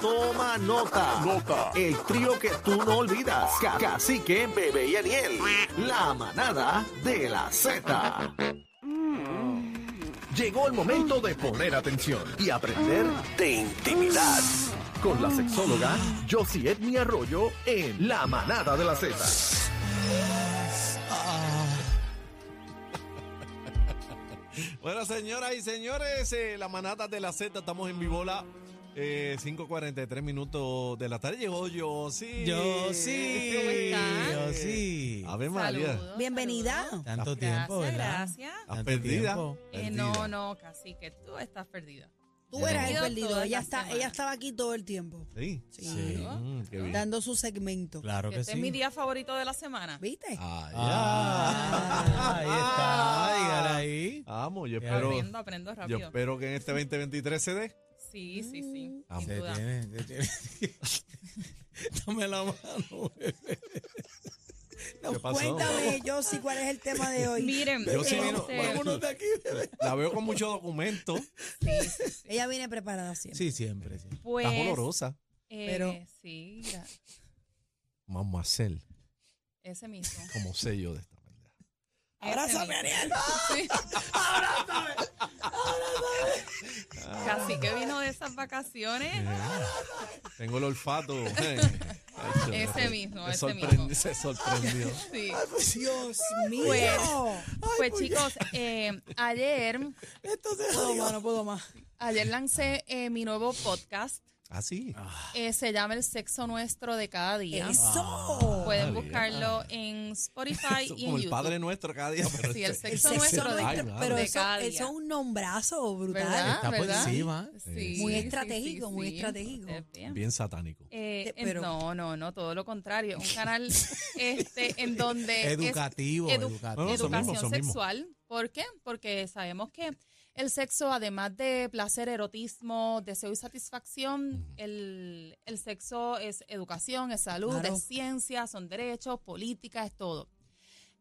Toma nota. Nota. El trío que tú no olvidas. Ca- Cacique, Bebé y Aniel. La manada de la Z. Llegó el momento de poner atención y aprender De intimidad. con la sexóloga Josie Edmi Arroyo en La Manada de la Z. Bueno, señoras y señores, eh, la manada de la Z, estamos en Vivola. Eh, 5.43 minutos de la tarde llegó yo, sí. Yo sí. ¿Cómo estás? Yo sí. A ver, María. Saludos, Bienvenida. saludos. Tanto Gracias, tiempo, ¿verdad? gracias. Ah, Tanto perdida. tiempo. Eh, Perdida. no, no, casi que tú estás perdida. Tú eras el Perdido perdido. toda Ella, la está, semana. ella estaba aquí todo el tiempo, Sí. Sí. Mm, qué bien. dando su segmento. Claro que este sí. es mi día favorito de la semana. ¿Viste? Ah, Ah, ahí está. Dígala ahí. ya. Vamos, yo espero, Aprendo, aprendo yo rápido. espero que en este 2023 se dé. Sí, sí, sí. Ah, sin Se duda. tiene, se tiene. Dame la mano, bebé. ¿Qué pasó? Pues, Cuéntame, Josie, cuál es el tema de hoy. Miren, Yo sí vino- este, Vámonos de aquí, bebé. La veo con mucho documento. Ella viene preparada siempre. Sí, siempre. siempre. pues, Estás olorosa. eh, pero- sí, gra- Mademoiselle, ese mismo. como sello de esta manera. Abrázame, Ariel. ¡Abrázame! Casi que vino de esas vacaciones. Tengo el olfato. Ese mismo, Se ese sorprendi- mismo. Se sorprendió. Sí. Dios mío. Pues, pues chicos, eh, ayer, Esto se No puedo más, no puedo más. ayer lancé eh, mi nuevo podcast. Ah, sí. Eh, se llama El Sexo Nuestro de Cada Día. ¡Eso! Pueden buscarlo en Spotify Eso, y en como el YouTube. Padre Nuestro cada día. pero Sí, el este- El sexo sexo nuestro de, nuestro, Ay, madre. pero de eso, cada día. eso es un nombrazo brutal. ¿Verdad? Está por ¿verdad? encima. Sí, Muy sí, estratégico, sí, muy sí. estratégico. Ustedes bien. Bien satánico. Eh, Te- pero- en- no, no, no, todo lo contrario. Un canal este, en donde... es Educativo, edu- educativo. No, no, son educación mismos, son mismos. sexual. ¿Por qué? Porque sabemos que el sexo, además de placer, erotismo, deseo y satisfacción, el, el sexo es educación, es salud, Claro. es ciencia, son derechos, política, es todo.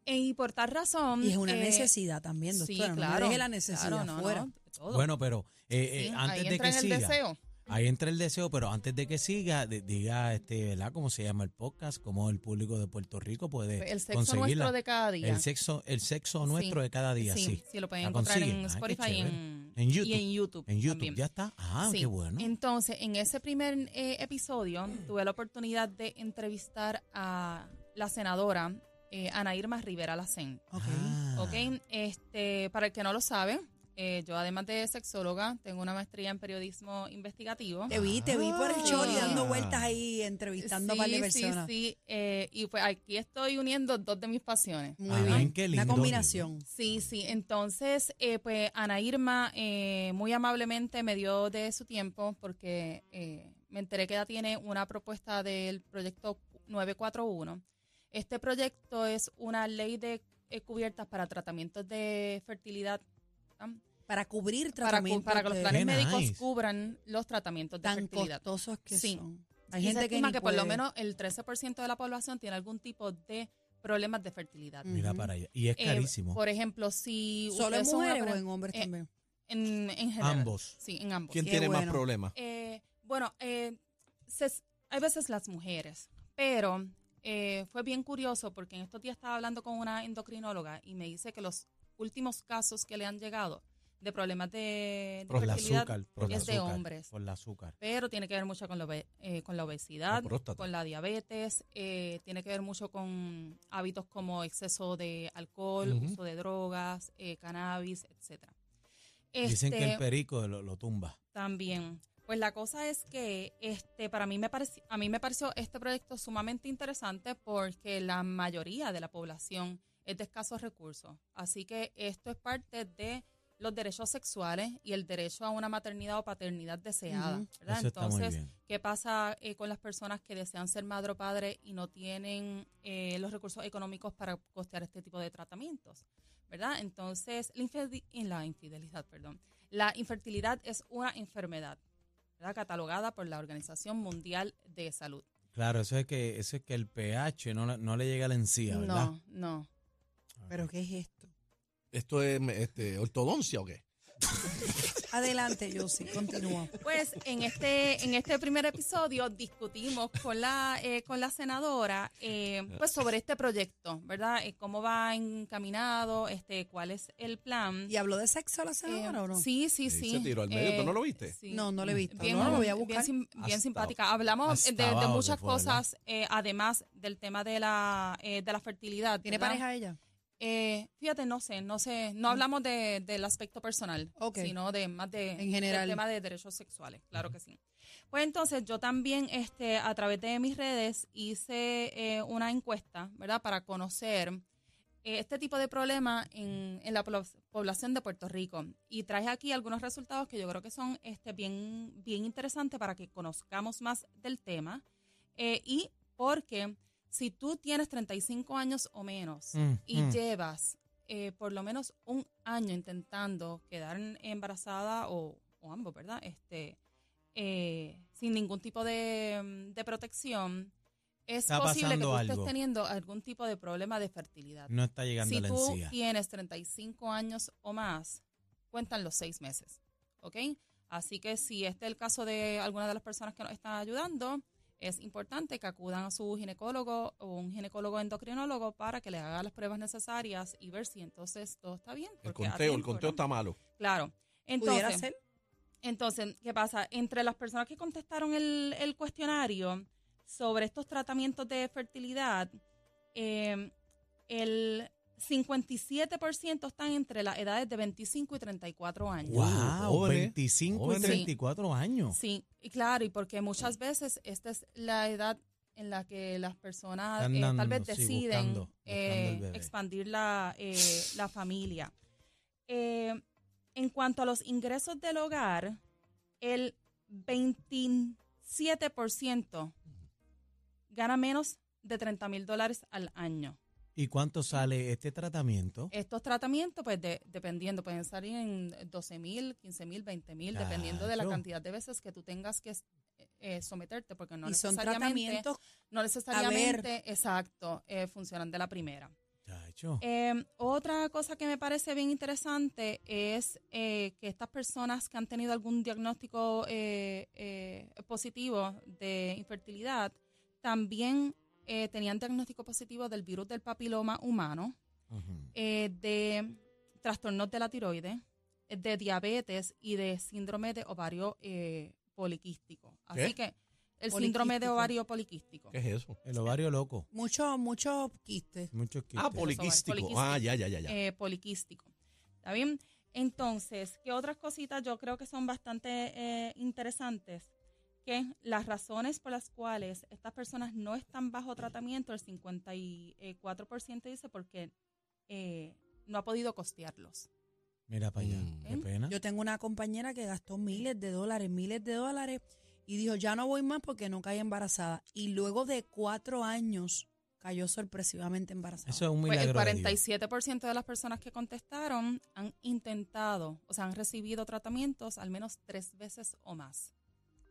E, y por tal razón... Y es una eh, necesidad también, Sí, doctora. claro. No me deje la necesidad claro, no, fuera. no, todo. Bueno, pero eh, eh, Sí, antes ahí de entra que en siga. el deseo. Ahí entra el deseo, pero antes de que siga, de- diga este, ¿verdad? cómo se llama el podcast, cómo el público de Puerto Rico puede El sexo eh, conseguirla. nuestro de cada día. El sexo, el sexo Sí. nuestro de cada día, sí. sí, sí, lo pueden La encontrar consiguen. en Ah, qué Spotify y chévere. en, En YouTube. y en YouTube. En YouTube, también. ya está. Ah, Sí. qué bueno. Entonces, en ese primer eh, episodio tuve la oportunidad de entrevistar a la senadora eh, Ana Irma Rivera Lacén. Ok. Ah. ¿ok? Este, para el que no lo sabe, eh, yo además de sexóloga, tengo una maestría en periodismo investigativo. Te vi, te vi por el Ah. show y dando vueltas ahí, entrevistando a par de Sí, personas. Sí, sí, eh, y pues aquí estoy uniendo dos de mis pasiones. Muy Ah, bien. ven qué Una lindo, combinación. Sí, sí. Entonces, eh, pues Ana Irma eh, muy amablemente me dio de su tiempo porque eh, me enteré que ella tiene una propuesta del proyecto 941. Este proyecto es una ley de eh, cubiertas para tratamientos de fertilidad, ¿ah? Para cubrir para, cu- tratamientos para que los de- planes Qué médicos nice. cubran los tratamientos de tan fertilidad. costosos que Sí. son. Hay Y se gente que, estima ni que por lo puede. menos el 13% de la población tiene algún tipo de problemas de fertilidad. Mm. Mira Ujú. para allá. Y es Eh, carísimo. por ejemplo, si solo en ustedes son una mujeres o pre- en hombres eh, también. En, en general. Ambos. Sí, en ambos. ¿Quién Qué tiene más bueno. problemas? Eh, bueno, eh, se- hay veces las mujeres, pero eh, fue bien curioso porque en estos días estaba hablando con una endocrinóloga y me dice que los últimos casos que le han llegado de problemas de, de Por el fertilidad, azúcar. Por el es de azúcar, hombres. Por el azúcar. pero tiene que ver mucho con la, obe- eh, con la obesidad, La próstata. con la diabetes, eh, tiene que ver mucho con hábitos como exceso de alcohol, Ujú. uso de drogas, eh, cannabis, etcétera. Dicen que el Este, perico lo, lo tumba. también. Pues la cosa es que este para mí me pareci- a mí me pareció este proyecto sumamente interesante porque la mayoría de la población es de escasos recursos, así que esto es parte de los derechos sexuales y el derecho a una maternidad o paternidad deseada, Ujú. ¿verdad? Eso está muy Entonces, bien. ¿qué pasa eh, con las personas que desean ser madre o padre y no tienen eh, los recursos económicos para costear este tipo de tratamientos? ¿Verdad? Entonces, la, infidi- en la infidelidad, perdón. La infertilidad es una enfermedad, ¿verdad? Catalogada por la Organización Mundial de Salud. Claro, eso es que eso es que el pH no, le- no le llega a la encía, ¿verdad? No, no. Pero ¿qué es esto? ¿Esto es este, ortodoncia o qué? Adelante, yo sí, continúa. Pues en este, en este primer episodio discutimos con la, eh, con la senadora eh, pues sobre este proyecto, ¿verdad? Eh, cómo va encaminado, este, cuál es el plan. ¿Y habló de sexo la Eh, senadora o no? Sí, sí, Sí, sí. Eh, se tiró al medio, ¿tú no lo viste? sí. No, no lo he visto. Bien, no, lo voy a bien buscar. sim- bien Hasta- simpática. Hablamos hasta de, de abajo muchas se fue, ¿verdad? cosas, eh, además del tema de la, eh, de la fertilidad. ¿Tiene ¿verdad? pareja ella? Eh, fíjate, no sé, no sé, no hablamos de, del aspecto personal, Mm. Ok. sino de más de En general. del tema de derechos sexuales, claro que sí. Pues entonces yo también, este, a través de mis redes hice eh, una encuesta, ¿verdad? Para conocer eh, este tipo de problema en, en la pobl- población de Puerto Rico y traje aquí algunos resultados que yo creo que son este, bien, bien interesantes para que conozcamos más del tema eh, y porque si tú tienes 35 años o menos Mm, y mm. llevas eh, por lo menos un año intentando quedar en- embarazada o, o ambos, ¿verdad? Este, eh, sin ningún tipo de, mm, de protección, es Está posible que pasando tú algo. estés teniendo algún tipo de problema de fertilidad. No está llegando si la tú encía. tienes 35 años o más, cuentan los seis meses, ¿ok? Así que si este es el caso de alguna de las personas que nos están ayudando, es importante que acudan a su ginecólogo o un ginecólogo endocrinólogo para que les haga las pruebas necesarias y ver si entonces todo está bien. El porque a conteo, el tiempo, conteo ¿no? está malo. Claro. ¿Pudiera Entonces, ser? entonces, ¿qué pasa? Entre las personas que contestaron el, el cuestionario sobre estos tratamientos de fertilidad, eh, el 57% están entre las edades de 25 y 34 años. Wow, Jóvenes, 25 y jóvenes. 34 años. Sí, y claro, y porque muchas veces esta es la edad en la que las personas Están eh, tal dando, vez sí, deciden buscando- buscando eh, el bebé. expandir la, eh, la familia. Eh, en cuanto a los ingresos del hogar, el 27% gana menos de 30 mil dólares al año. ¿Y cuánto sale este tratamiento? Eh, Estos tratamientos, pues de- dependiendo, pueden salir en 12 mil, 15 mil, 20 mil, dependiendo de la Chacho. cantidad de veces que tú tengas que eh, someterte, porque no y son necesariamente, tratamientos. no necesariamente, exacto, eh, funcionan de la primera. Chacho. Eh, otra cosa que me parece bien interesante es eh, que estas personas que han tenido algún diagnóstico eh, eh, positivo de infertilidad también eh, tenían diagnóstico positivo del virus del papiloma humano Ujú. eh, de trastornos de la tiroides, eh, de diabetes y de síndrome de ovario eh, poliquístico. Así ¿Qué? que el síndrome de Poliquístico. ovario poliquístico. ¿Qué es eso? El ovario loco. Muchos, muchos quistes. Muchos Ah, quistes. poliquístico. poliquístico. Ah, ya, ya, ya, ya. eh, poliquístico. ¿Está bien? Entonces, ¿qué otras cositas yo creo que son bastante eh, interesantes? Que las razones por las cuales estas personas no están bajo tratamiento, el 54% dice porque eh, no ha podido costearlos. Mira para allá. Mm. Qué pena. Yo tengo una compañera que gastó miles de dólares, miles de dólares y dijo, ya no voy más porque no caí embarazada. Y luego de cuatro años cayó sorpresivamente embarazada. Eso es un Pues el milagro. de Dios. 47% de las personas que contestaron han intentado, o sea, han recibido tratamientos al menos tres veces o más.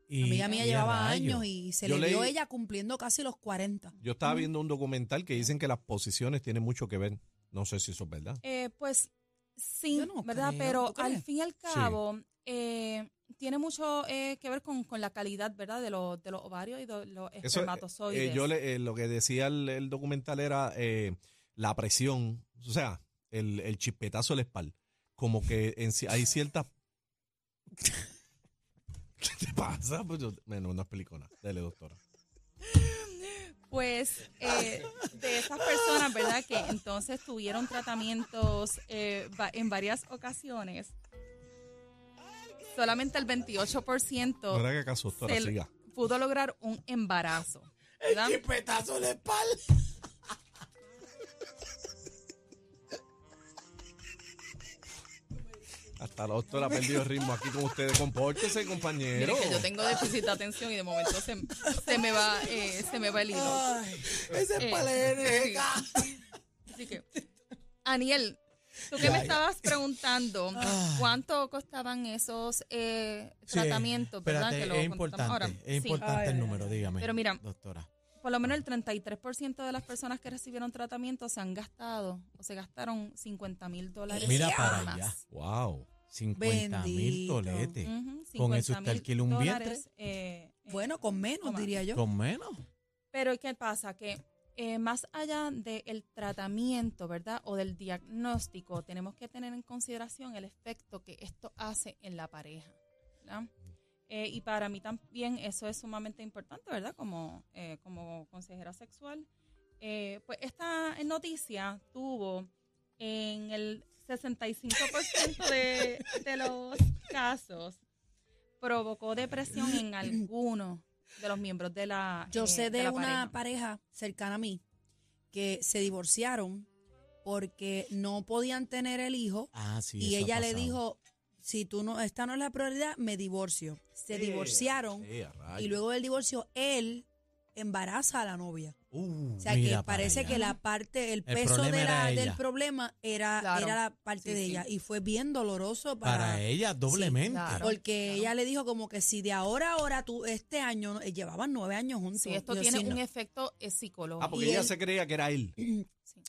Y- Amiga mía y a llevaba rayos. años y se Yo le dio leí- ella cumpliendo casi los 40. Yo estaba viendo un documental que dicen que las posiciones tienen mucho que ver. No sé si eso es verdad. Eh, pues sí, Yo no ¿verdad? creo, Pero ¿tú al crees? fin y al cabo eh, tiene mucho eh, que ver con, con la calidad, ¿verdad? De, los de los ovarios y de los Eso, eh, espermatozoides. Eh, yo le- eh, lo que decía el, el documental era eh, la presión, o sea, el, el chispetazo del espal. Como que en ci- hay ciertas. ¿Qué te pasa? Pues yo- bueno, no explico nada. Dale, doctora. Pues eh, de esas personas, ¿verdad? Que entonces tuvieron tratamientos eh, va- en varias ocasiones. Solamente el 28% No era que acaso, doctora, se- siga. pudo lograr un embarazo. ¿verdad? petazo de espalda. Hasta la doctora ha perdido el ritmo aquí con ustedes. Compórtese, Mire compañero. que yo tengo déficit de atención y de momento se, se me va eh, se me va el hilo. Ese Eh, sí. Así que, Aniel, tú que Ya, me ya. estabas preguntando cuánto costaban esos eh, Sí, tratamientos, ¿verdad? espérate, que lo es contamos importante. ahora. Es Sí. importante Ay, el ay, número, dígame. Pero mira, Doctora. por lo menos el 33% de las personas que recibieron tratamiento se han gastado o se gastaron 50 mil dólares Mira o para más. allá. Wow. 50 mil Bendito. ¿Mm? toletes. Ujú, Con eso 50 usted mil alquila un vientre. dólares, eh, eh, Bueno, con menos, Toma. diría yo. Con menos. Pero ¿qué pasa? Que eh, más allá del tratamiento, ¿verdad? O del diagnóstico, tenemos que tener en consideración el efecto que esto hace en la pareja, ¿verdad? Eh, y para mí también eso es sumamente importante, ¿verdad? Como, eh, como consejera sexual. Eh, pues esta noticia tuvo en el 65% de, de los casos, provocó depresión en algunos de los miembros de la Yo eh, sé de, la una pareja. pareja. cercana a mí que se divorciaron porque no podían tener el hijo Ah, sí. eso y ha ella le pasado. dijo, si tú no, esta no es la prioridad, me divorcio. Se Eh, divorciaron eh, a rayos. y luego del divorcio él embaraza a la novia. Uh, O sea Mira que para parece allá. que la parte, el, peso problema de era la- del ella. problema era, Claro. era la parte Sí, de sí. ella y fue bien doloroso para, Para, ella, doblemente. claro. porque ella le dijo como que si de ahora a ahora tú este año no- eh, llevaban nueve años juntos. Sí, esto Yo, tiene sí, un no. pues. efecto eh, psicológico. ah, porque y ella él- se creía que era él.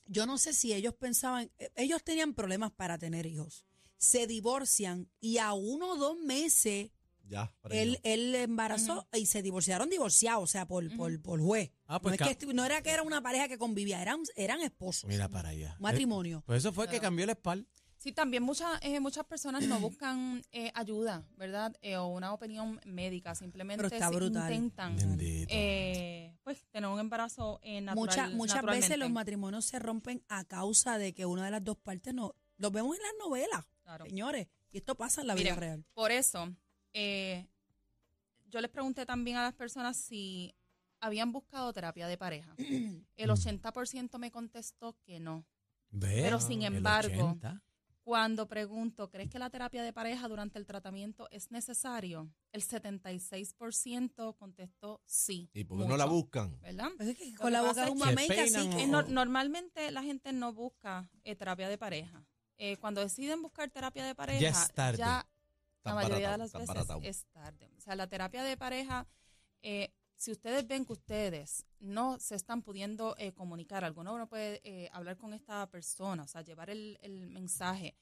yo no sé si ellos pensaban, eh, ellos tenían problemas para tener hijos. Se divorcian y a uno o dos meses Ya, para él, ella. él le embarazó y se divorciaron divorciados, o sea, por, por, por juez. Ah, pues no, es ca- que estu- no era que era una pareja que convivía, eran, eran esposos, Mira eh. para allá. matrimonio. Eh, Pues eso fue que cambió el espal. Sí, también muchas eh, muchas personas no buscan eh, ayuda, ¿verdad? Eh, o una opinión médica, simplemente Pero está se brutal. intentan Bendito. eh, pues tener un embarazo eh, Mucha- natural. muchas veces naturalmente. los matrimonios se rompen a causa de que una de las dos partes no. Los vemos en las novelas, Claro. señores. Y esto pasa en la vida Miren, real. Por eso, eh, yo les pregunté también a las personas si habían buscado terapia de pareja. El Mm. 80% me contestó que no. Ve, Pero sin el embargo, 80. Cuando pregunto, ¿crees que la terapia de pareja durante el tratamiento es necesario? El 76% contestó sí. ¿Y por qué no la mucho, buscan? ¿Verdad? Es que que con la pasa boca de es un que mamey, se cacique. peinan Eh, o- no- normalmente la gente no busca eh, terapia de pareja. Eh, cuando deciden buscar terapia de pareja, Ya es tarde. ya la Tan mayoría de baratao, las tan veces baratao. es tarde. O sea, la terapia de pareja, eh, si ustedes ven que ustedes no se están pudiendo eh, comunicar, alguno no puede eh, hablar con esta persona, o sea, llevar el, el mensaje,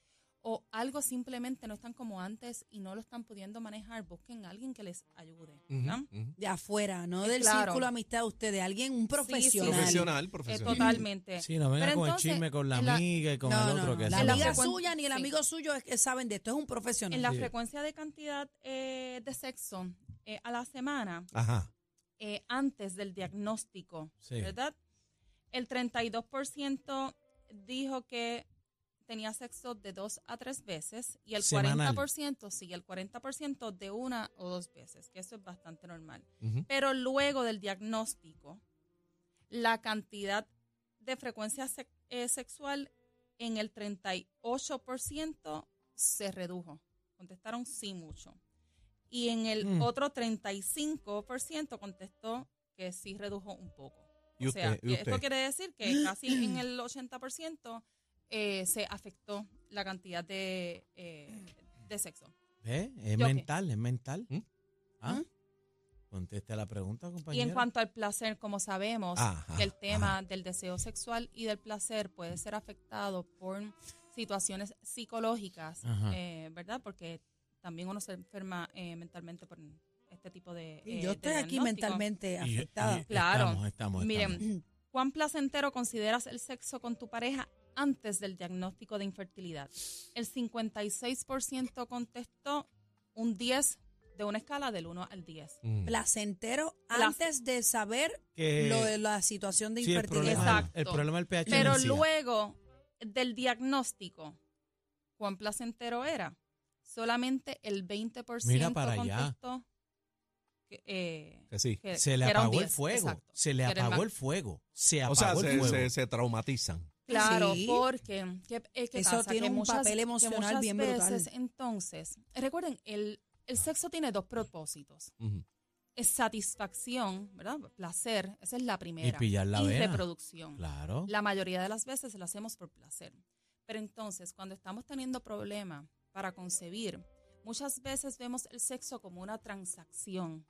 o algo simplemente no están como antes y no lo están pudiendo manejar, busquen a alguien que les ayude. Eh, ¿verdad? Ujú, ujú. De afuera, no Eh, del claro. círculo de amistad de ustedes, alguien, un profesional. Profesional, Eh, profesional. totalmente. Sí, no venga Pero con entonces, el chisme con la en la- amiga y con No, el no, otro no, que La eso en no. amiga frecu- suya ni el sí. amigo suyo es que saben de esto, es un En profesional. la Sí. frecuencia de cantidad eh, de sexo eh, a la semana, Ajá. eh, antes del diagnóstico, Sí. ¿verdad? El 32% dijo que tenía sexo de dos a tres veces y el Semanal. 40%, sí, el 40% de una o dos veces, que eso es bastante normal. ujú. Pero luego del diagnóstico, la cantidad de frecuencia sex- eh, sexual en el 38% se redujo. Contestaron sí mucho. Y en el Mm. otro 35% contestó que sí redujo un poco. ¿Y o sea, usted? ¿Y que usted? esto quiere decir que casi en el 80% eh, se afectó la cantidad de, eh, de sexo. Ve, Es ¿Yo qué? mental, es mental. ¿Mm? ¿Ah? ¿Mm? Contesta la pregunta, Y compañero. en cuanto al placer, como sabemos, Ajá, que el ah. tema del deseo sexual y del placer puede ser afectado por situaciones psicológicas, Ajá. eh, ¿verdad? Porque también uno se enferma eh, mentalmente por este tipo de... Y eh, yo de estoy aquí diagnóstico. mentalmente Y- y- afectada. Claro. Estamos, estamos, estamos. Miren, ¿cuán placentero consideras el sexo con tu pareja antes del diagnóstico de infertilidad? El 56% contestó un 10 de una escala del 1 al 10. Mm. Placentero Plac- antes de saber Que- lo de la situación de Eh, sí, el infertilidad. problema, Exacto. el problema del pH. Pero en el SIDA. luego del diagnóstico, ¿cuán placentero era? Solamente el 20% Mira para allá. contestó que, eh, Que sí. que- se le que era un apagó el 10, fuego. exacto. Se le Que era el apagó más- el fuego. Se apagó O sea, el se, fuego. se- se traumatizan. Claro, Sí. porque ¿qué- eh, qué Eso pasa? tiene Que un muchas- papel que emocional muchas bien brutal. veces, entonces, recuerden, el, el sexo tiene dos propósitos. Ujú. Es satisfacción, ¿verdad? Placer, esa es la primera. y pillar la y vena. reproducción. Claro. La mayoría de las veces lo hacemos por placer. Pero entonces, cuando estamos teniendo problemas para concebir, muchas veces vemos el sexo como una transacción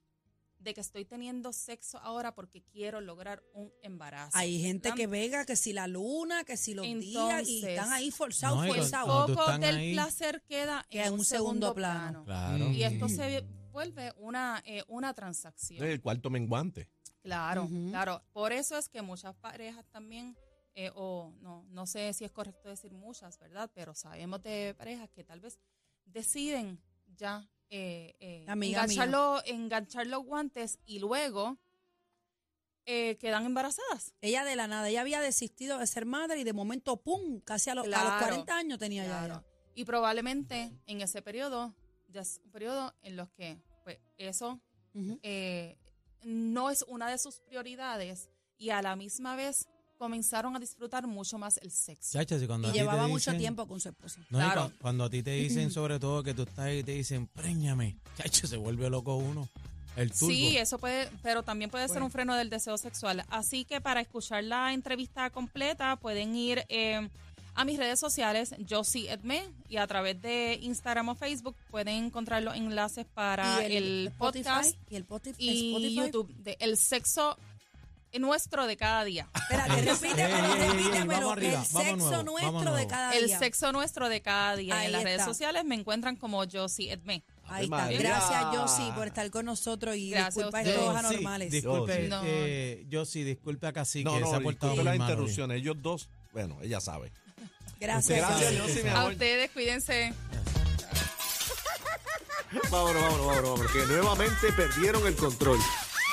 de que estoy teniendo sexo ahora porque quiero lograr un embarazo. Hay gente La- que vega que si la luna, que si los días y Entonces, están ahí forzados, No, y con- forzados. cuando tú foco están del ahí- placer queda en, Queda un segundo, plano. Claro. Y esto se vuelve una, eh, una transacción. El cuarto menguante. Claro, Ujú. claro. Por eso es que muchas parejas también, eh, o no, no sé si es correcto decir muchas, ¿verdad? Pero sabemos de parejas que tal vez deciden ya eh, eh, Amiga enganchar, los- enganchar los guantes y luego eh, quedan embarazadas. Ella de la nada, ella había desistido de ser madre y de momento, ¡pum! Casi a los, a los Claro, 40 años tenía ya. Claro. Y probablemente en ese periodo, ya es un periodo en los que pues, eso Ujú. eh, no es una de sus prioridades y a la misma vez comenzaron a disfrutar mucho más el sexo. Chacho, si cuando Y a ti te llevaba mucho dicen- tiempo con su esposo. No, y cua- Claro. cuando a ti te dicen, sobre todo, que tú estás ahí y te dicen, préñame. Chacho, se vuelve loco uno. El turbo. Sí, eso puede, pero también puede ser un freno del deseo sexual. Así que para escuchar la entrevista completa pueden ir eh, a mis redes sociales, yo sí Edme, y a través de Instagram o Facebook pueden encontrar los enlaces para el, Spotify, podcast y el poti- y Spotify. YouTube de El Sexo Nuestro de cada día. Espérate, repítemelo, Ey, ey, ey, ey, repítemelo. vamos arriba, el vamos nuevo, vamos sexo nuestro de nuevo. cada El día. sexo nuestro de cada día. Ahí en las redes está. sociales me encuentran como Josie Edme. Ahí Ave está. María. Gracias, Josie, por estar con nosotros y Gracias a disculpa ustedes. estos Yo sí, anormales. Disculpe, No. eh, yo sí, disculpe a Cacique, No, se no, ha portado disculpe muy las mal hoy. interrupciones. Ellos dos, bueno, ella sabe. Gracias. Gracias, Josie. Josie. mi A amor. ustedes, cuídense. Vámonos, vámonos, vámonos, vámonos, que nuevamente perdieron el control.